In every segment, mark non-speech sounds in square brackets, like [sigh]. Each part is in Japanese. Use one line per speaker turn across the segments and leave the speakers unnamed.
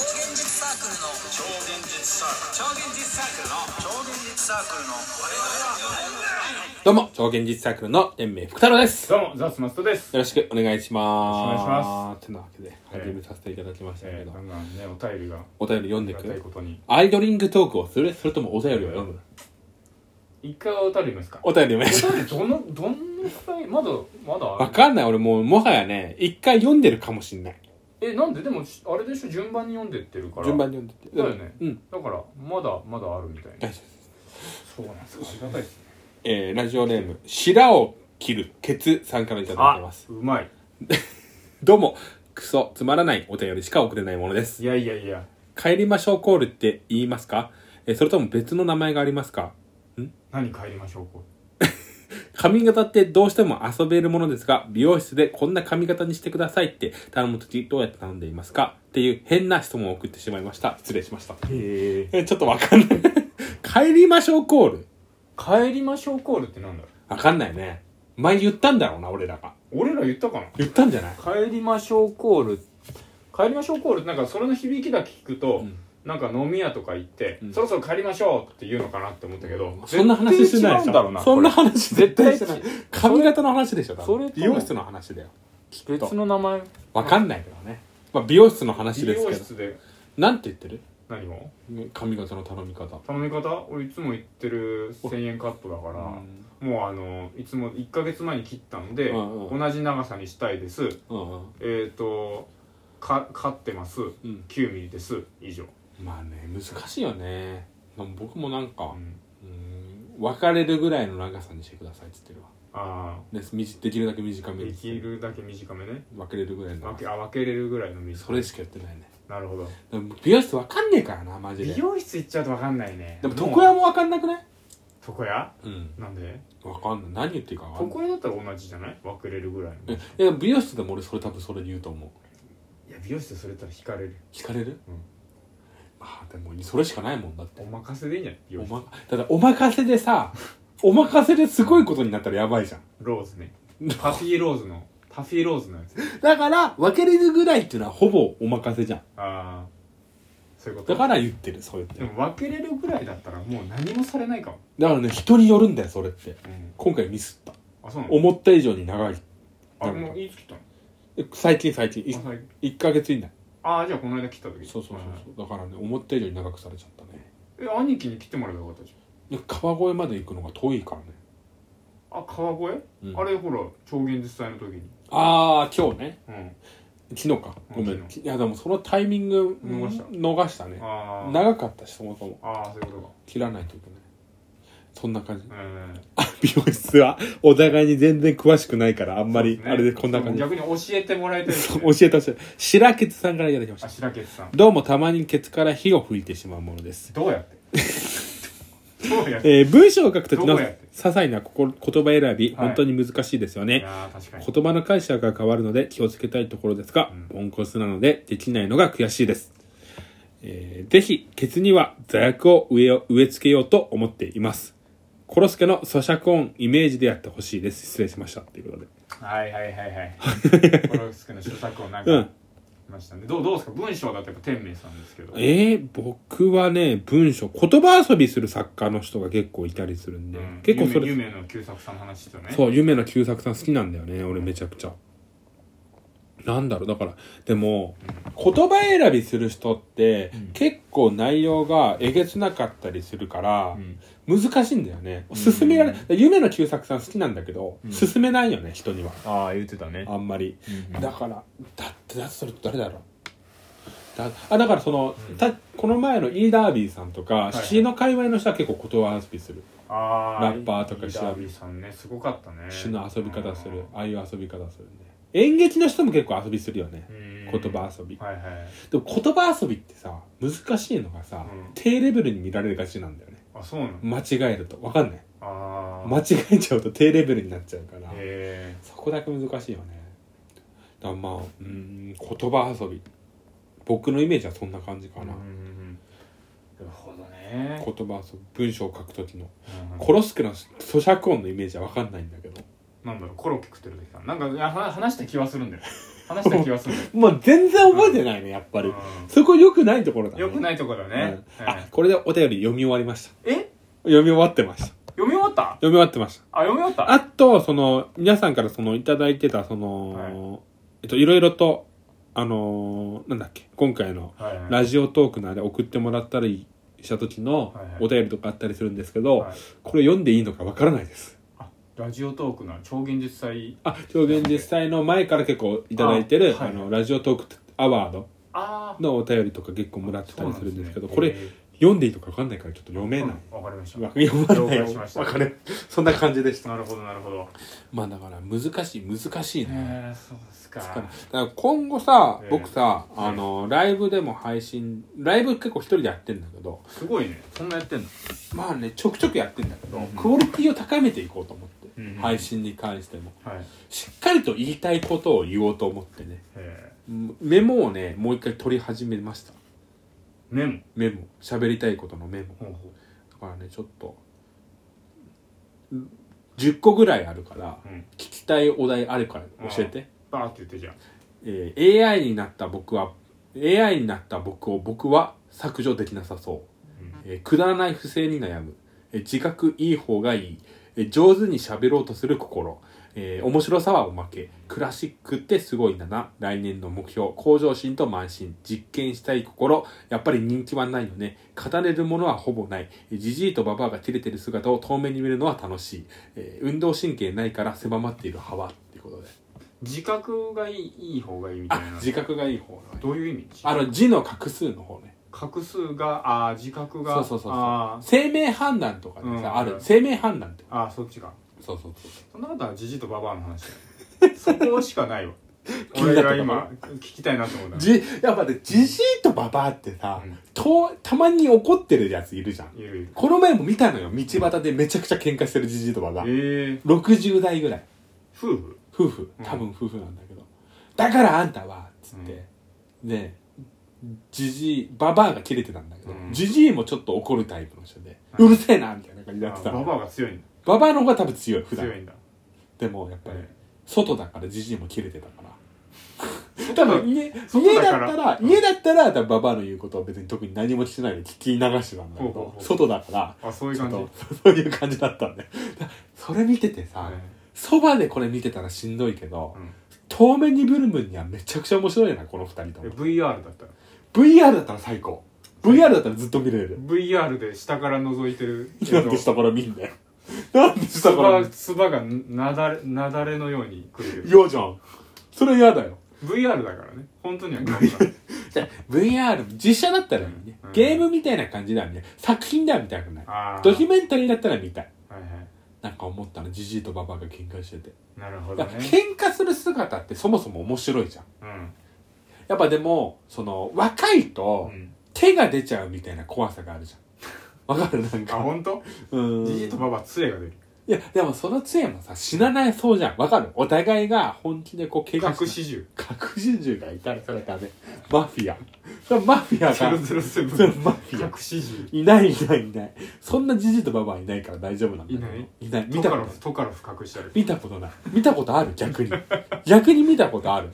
サークルの超現実サークル超現実サークルの超現実サークルの我々は
どうも、超現実サークルの連盟福太郎です。よ
どうも、ザ・スマストです。
ろしくお願いします。。
よろしくお願いします
てなわけで、
えー
始めさせていただきましたけ
えー、
ど
ガ、ンガンね、お便りが、
お便り読んで
ありがたい
く
ことに。
アイドリングトークをするそれともお便りを読む
一回はお便りますか。
お便り読め
お便り、 [laughs] どの、どんなスタイルまだ、まだあ
わ
る。
かんない。俺もう、もはやね、一回読んでるかもしんない。
え、なんででも、しあれでしょ、順番に読んでってるから。
順番に読んでて。
だよね
うん。
だから、まだ、まだあるみた
大
いな。
丈夫です。
そうなんですか。ありがたいですね。
えー、ラジオネーム、白を切る、ケツさんからいただいてま
あ
す、。
うまい。
どうも、クソ、つまらないお便りしか送れないものです
い。やいやいや。
帰りましょうコールって言いますかえーそれとも別の名前がありますか
何帰りましょう、こ
髪型ってどうしても遊べるものですが、美容室でこんな髪型にしてくださいって頼むときどうやって頼んでいますかっていう変な質問を送ってしまいました。失礼しました。
う。へえ。
え、ちょっとわかんない。 [laughs] 帰りましょうコール
帰りましょうコールってなんだろう。
わかんないね。前言ったんだろうな、俺らが。
俺ら言ったかな
言ったんじゃない
帰りましょうコール帰りましょうコールってなんかそれの響きだけ聞くと、
うん
なんか飲み屋とか行って、
ん
そろそろ帰りましょうって言うのかなって思ったけど
そんな話してないで
絶対違う
し
んだろう
ょ。
な
そんな
これ
話絶 [laughs] 対してない
絶対違う。
髪型の話でしょ、多
それ
分
と
美
も
容室の話だよ。
別の名前
わかんないけどね。まあ、美容室の話
美
です
容
けど。
室で
なんて言ってる
何を
髪型の頼み方。
頼み方俺いつも行ってる1000円カットだから、もうあのいつも1ヶ月前に切ったんで、
うんうん
同じ長さにしたいです
うんうん。
えっ、ー、とか買ってます、
ん
9ミリです以上、
まあね難しいよねでも僕もなん
う
か、
ん
うん、別れるぐらいの長さにしてくださいって言ってるわ
あ
でみじできるだけ短
あ
め
で
に
きるだけ短めね
別れるぐらいの
分
長
け
さ
あ分けれるぐらいの短め
それしかやってないね
なるほど
でも美容室わかんねえからなマジで
美容室行っちゃうと分かんないね
でも床屋
う
もわかんなくない
床屋
うん
なんで
わかんない何言っていいかわかんない
床屋だったら同じじゃない分けれるぐらいのい
えいや美容室でも俺それ多分それ言うと思う
や美容室それやったら引かれる
聞かれる、
うん
まあでもそれしかないもんだって
お任せでいいんじゃない美
お
容室
まただお任せでさお任せですごいことになったらやばいじゃん
ローズ
[laughs]
ねタフィーローズのタフィーローズのやつ
だから分けれるぐらいっていうのはほぼお任せじゃん
ああそういうこと
だから言ってるそうやって
でも分けれるぐらいだったらもう何もされないかも
だからね人によるんだよそれって
うん
今回ミスった
あそうなの
思った以上に長い
あもう言いつ切ったの
え最近最近い
あ最近
1ヶ月以内
ああじゃあこの間切った時
そうそうそう
はい
そうだからね思った以上に長くされちゃったね
え兄貴に切ってもらえばよかったじ
で川越まで行くのが遠いからね、
ゃんあ川越
うん
あれほら超現実祭の時に
ああ今日ね
うん
昨日かごめん
昨
いやでもそのタイミング
逃した
逃したね
ああ
長かったしそもそも
ああそういうことか
切らないといけないそんな感じ
ええ
美容室はお互いに全然詳しくないからあんまり
ね
あれでこんな感じ
逆に教えてもらいたいです
[laughs]
ね
教えてほしい白ケツさんからいただきまし
あ
た
白ケツさん
どうもたまにケツから火を吹いてしまうものです、
どうやって
[laughs]
どうやって
えー文章を書くとき
ど
の
うや
些
って
細な心言葉選び、
はい
本当に難しいですよ
い
ね
やー確かに
言葉の解釈が変わるので気をつけたいところですが、ポンコツなのでできないのが悔しいです、えーぜひケツには座薬を植えよ植え付けようと思っていますコロスケの咀嚼音イメージでやってほしいです失礼しましたということで
はいはいはい
[laughs]
はいコロスケの著作をなん
う
か
ん
見ましたねどうどうですか文章だとやっぱ天明さんですけど
えー、僕はね文章言葉遊びする作家の人が結構いたりするんで、
うん
結構それ
夢夢の旧作さんの話とね
そう、夢の旧作さん好きなんだよね、俺めちゃくちゃ。なんだろう、だから、でも、言葉選びする人って、結構内容がえげつなかったりするから、難しいんだよね。進められ、夢の旧作さん好きなんだけど、進めないよね、人には。
ああ言ってたね
あんまり。
うん
だから、だって、だってそれ誰だろう。だあだからその、たこの前のイーダービーさんとか、
いはい
詩の界隈の人は結構言葉遊びする。
ああ
ラッパーとか
イ
調
ダ
べ
ービーさんねすごかったね
詩の遊び方するああいう遊び方するね演劇の人も結構遊びするよね
言
言葉遊び
はいはい
でも言葉遊びってさ難しいのがさ、
うん
低レベルに見られがちなんだよね
あそうなの
間違えるとわかんない
ああ
間違えちゃうと低レベルになっちゃうから
へえ
そこだけ難しいよねだからまあうーん言葉遊び僕のイメージはそんな感じか
うんう
な、
んうんなるほどね
言葉遊び文章を書く時の
うんうん
コロスケの咀嚼音のイメージはわかんないんだけど
なんだろうコロッケ食ってる時かななんかいやは話した気はするんだよ話した気がするん
[laughs]
だよ
もう全然覚えてないね、やっぱり。
う
そこ良くないところだ
ん
ね。
よく
い。
ないとこだね、は
あ
い、
これでお便り読み終わりました。
え
読み終わってました。
読み終わった
読み終わってました。
あ読み終わった
あと、その、皆さんからその、いただいてた、その、
はい
えっと、いろいろと、あのーなんだっけ、今回の、
はいはい
ラジオトークのあれ送ってもらったりした時の
はいはい
お便りとかあったりするんですけど、
はい
これ読んでいいのかわからないです。
あラジオトークの超現実祭
あ、超現実際の前から結構いただいてる、
あは
あ
い
の、ラジオトークアワード
ああ
のお便りとか結構もらってたりするんですけど、これ
わ、
読んでいいのかわかんないからちょっと読め
え
ない。
ーうんわかりました
わ読まない
了解しました
わかる。そんな感じでした。
なるほどなるほど
まあだから難しい、難しいね。
えー、そうですか
だから今後さ、
ええ
僕さ、あの、ライブでも配信、ライブ結構一人でやってんだけど、
すごいねそんなやってんの
まあね、ちょくちょくやってんだけど、
うん
クオリティを高めていこうと思って、
うん
配信に関しても。
はいへ
しっかりと言いたいことを言おうと思ってね、
え
うんメモをね、もう一回取り始めました。
メモ
メモ。喋りたいことのメモ。
ほうほ
だからね、ちょっと、うん10個ぐらいあるから、
ううん
聞きたいお題あるから教えて。
バーって言ってじゃん
えー AI になった僕は AI になった僕を僕は削除できなさそう、
うん
えーくだらない不正に悩む、えー自覚いい方がいい、えー上手に喋ろうとする心、えー面白さはおまけクラシックってすごいんだな来年の目標向上心と慢心実験したい心やっぱり人気はないよね語れるものはほぼないえーじじいとばばあが照れてる姿を遠目に見るのは楽しい、えー運動神経ないから狭まっている歯はっていうことで
自覚がいいいい方がいいみた
あ
いな
自覚がいい方の
どういう意味
あの字の画数の方ね
画数があー自覚が
そうそうそうそ
あ
う
ー
生命判断とかでさ、
うん
ある生命判断って
あーそっちが
そうそうそう
そんなことはじじとばばあの話だ
[laughs]
よそこしかないわ
ん
俺
だとこ
が今聞きたいなと思ったの
じやっぱねじじいとばばあってさ、
うん
とたまに怒ってるやついるじゃん
いるいる
この前も見たのよ道端でめちゃくちゃ喧嘩してるじじいとばばあ、
ええ
60代ぐらい
夫婦
夫婦
うん
多分夫婦なんだけど、だからあんたはつって、でじじいばばあが切れてたんだけど
うん
じじいもちょっと怒るタイプの人で、うるせえなみたいな感じになってた
あバ
の
バアが強いん
ばばあの方が多分強い普
だ強
段
いんだ
でもやっぱり、
え
外だからじじいも切れてた
[laughs]
から
え
多分家
外
家
だ
だ
か
っ
ら
たら
うん
家だったらだババアの言うことは別に特に何もしてないで聞き流してたんだけ
ほうほ
ど
うほう
外だから
あそういう
ちょっ
感じ
とそういう感じだったんでだそれ見ててさ
え
そばでこれ見てたらしんどいけど
えうん
遠目にブルムンにはめちゃくちゃ面白いなこの二人と
え
も
VR だったら
VR だったら最高 VR だったらずっと見れる
VR で下から覗いてる
なんで下から見んだよなんで下
つ
から
ば
見ん
つばがなだれなだれのように来るよ
嫌じゃんそれ嫌だよ
VR だからね本当に
[laughs]
はないから
じゃあ VR 実写だったらいいね、
うん
ゲームみたいな感じだよね作品では見たくない
ああ
ドキュメンタリーだったら見たい
はいは
なんか思ったのジジイとババアが喧嘩してて、
いなるほ
いや
どね
喧嘩する姿ってそもそも面白いじゃん
うん
やっぱでもその若いうと
ん
手が出ちゃうみたいな怖さがあるじゃんわかるなん
あ
か
本当
うん
じじいとばば杖が出る
いやでもその杖もさ死なないそうじゃんわかるお互いが本気でこう怪我
隠
し
し銃
隠し銃がいたらそれダメマフィアそれマフィアがそれ
007
マフィア
隠し銃
いないいないいない。そんなじじいとばばはいないから大丈夫なんだけど
いない
いない。見
ト
た
カ
ことな
ロ
い
フ。トカロフ隠してある
見たことない。見たことある逆に。逆に見たことある。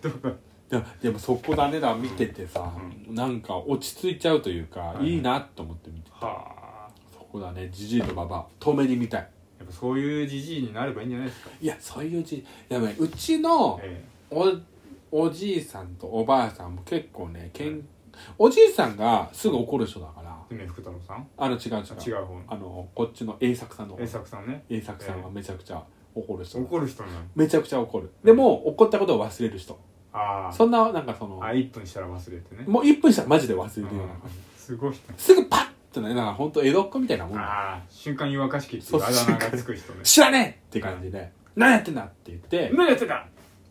どうか
でもでもそこだねだ、見ててさ、なんか落ち着いちゃうというか、
い
いいなと思って見て。
はあ
そこだね、じじいとばば、遠目に見たい。
やっぱそういうじじいになればいいんじゃないですか
いや、そういうじ、でもね、うちの
え
お、おじいさんとおばあさんも結構ね、けん、おじいさんがすぐ怒る人だから、
え梅福太郎さん
あの違う
あ
違
違
う。
う方の
あの、こっちの栄作さんの方
栄作さんね
栄作さんはめちゃくちゃ怒る人
怒る人なの
めちゃくちゃ怒るでも怒ったことを忘れる人
あー
そんななんかその
あ1分したら忘れてね
もう1分したらマジで忘れるような
うんすごい人
すぐパッとねなんか本当江戸っ子みたいなもんだ
ああ瞬間湯沸かし器っていうあだ名がつく人ね
知らねえって感じで何やってんだって言って
何やってた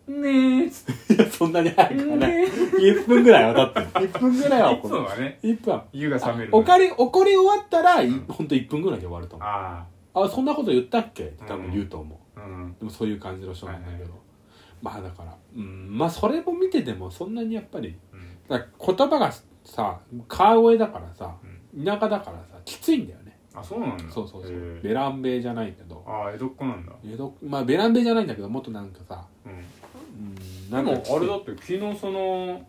ねえつって
いやそんなに早くはない
ね
1分ぐらいは経ってる1分ぐらいは
えいつ
怒
も
る
はね
1分
湯が冷めるの
おかり怒り終わったらいほんと1分ぐらいで終わると思う
あ
あそんなこと言ったっけって多分言うと思う
あうん
でもそういう感じの人なんだけ
はい
ど
は
まあだからうんまあそれも見ててもそんなにやっぱり
うん
だから言葉がさ川越だからさ
うん
田舎だからさきついんだよね
あそうなんだ
そうそうそ
へ
う
え
ベランベじゃないけど
ああ江戸っ子なんだ
江戸まあベランベじゃないんだけどもっとなんかさ
うん
うーんなんか
でもあれだって昨日その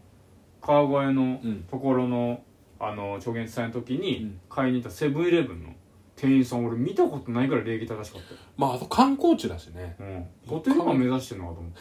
川越の
うん
ところの、あの超現実祭の時
う
に
ん
買いに行ったセブンイレブンの店員さん俺見たことないぐらい礼儀正しかったよ
まああと観光地だしね
うんホテルマン目指してるのかと思っ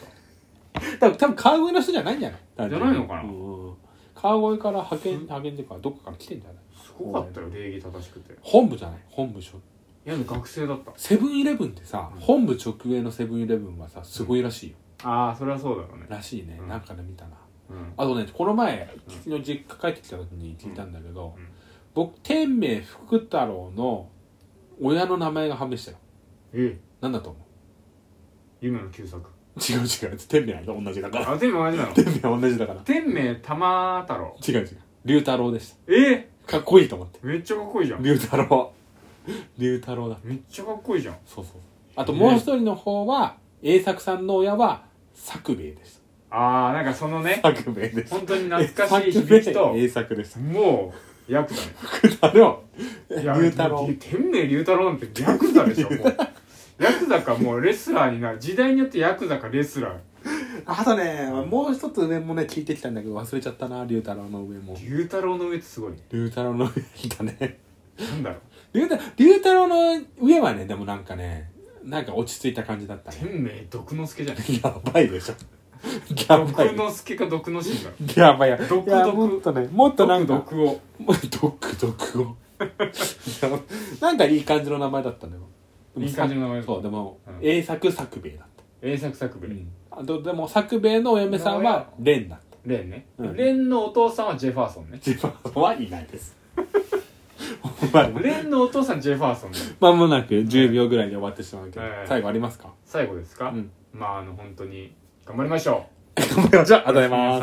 た
多分多分川越の人じゃないんじゃない
じゃないのかな
うんうん川越から派遣派遣っていうかどっかから来てんじゃない
すごかったよ礼儀正しくてい
本部じゃない本部しょ
やでも学生だった
セブンイレブンってさ、本部直営のセブンイレブンはさすごいらしいよ、
ああそれはそうだろうね、
らしいね、
うん
なんかで見たな
うん、
あとねこの前昨日実家帰ってきた時に聞いたんだけど、
うんうん
僕天明福太郎の親の名前が判明したよ
え
なんだと思う
夢の旧作
違う違う天明は同じだから [laughs]
あ天命同じなの
天明は同じだから
天命玉太郎
違う違う龍太郎でし
え
たかっこいいと思って
ー、めっちゃかっこいいじゃん
龍太郎龍太郎だ
めっちゃかっこいいじゃん
そうそうあともう一人の方は栄作さんの親は作兵衛でし
あーなんかそのね
た作兵衛でした
本当に懐かしい響きと
栄作でした
もうヤクザね
あれを
いや
龍太郎
天命龍太郎なんてヤクザでしょも
[laughs]
うヤクザかもうレスラーになる時代によってヤクザかレスラー
あとねもう一つ上もね聞いてきたんだけど忘れちゃったな龍太郎の上も
龍太郎の上ってすごいね
龍太郎の上だね
なんだろう
龍太龍太郎の上はねでもなんかねなんか落ち着いた感じだったね
天命毒之助じゃない
やばいでしょや
毒
ばい
之助か毒之進だろ
やばいや
毒
いや
毒
もっとねもっとなんか
毒毒を
もうドクドクをいやなんかいい感じの名前だったんだよでも
いい感じの名前だった
そうでも
うん
栄作作兵衛だっ
栄作作部
た、あとでも作兵衛のお嫁さんは蓮だった
レンね、
うん
レンのお父さんはジェファーソンね
自分はいないですお前も
レンのお父さんジェファーソンね
間もなく10秒ぐらいで終わってしまうけど、
はい
最後ありますか、 [laughs]
最後ですか、
うん
まああの本当に頑張りましょう
じゃあありがとうございます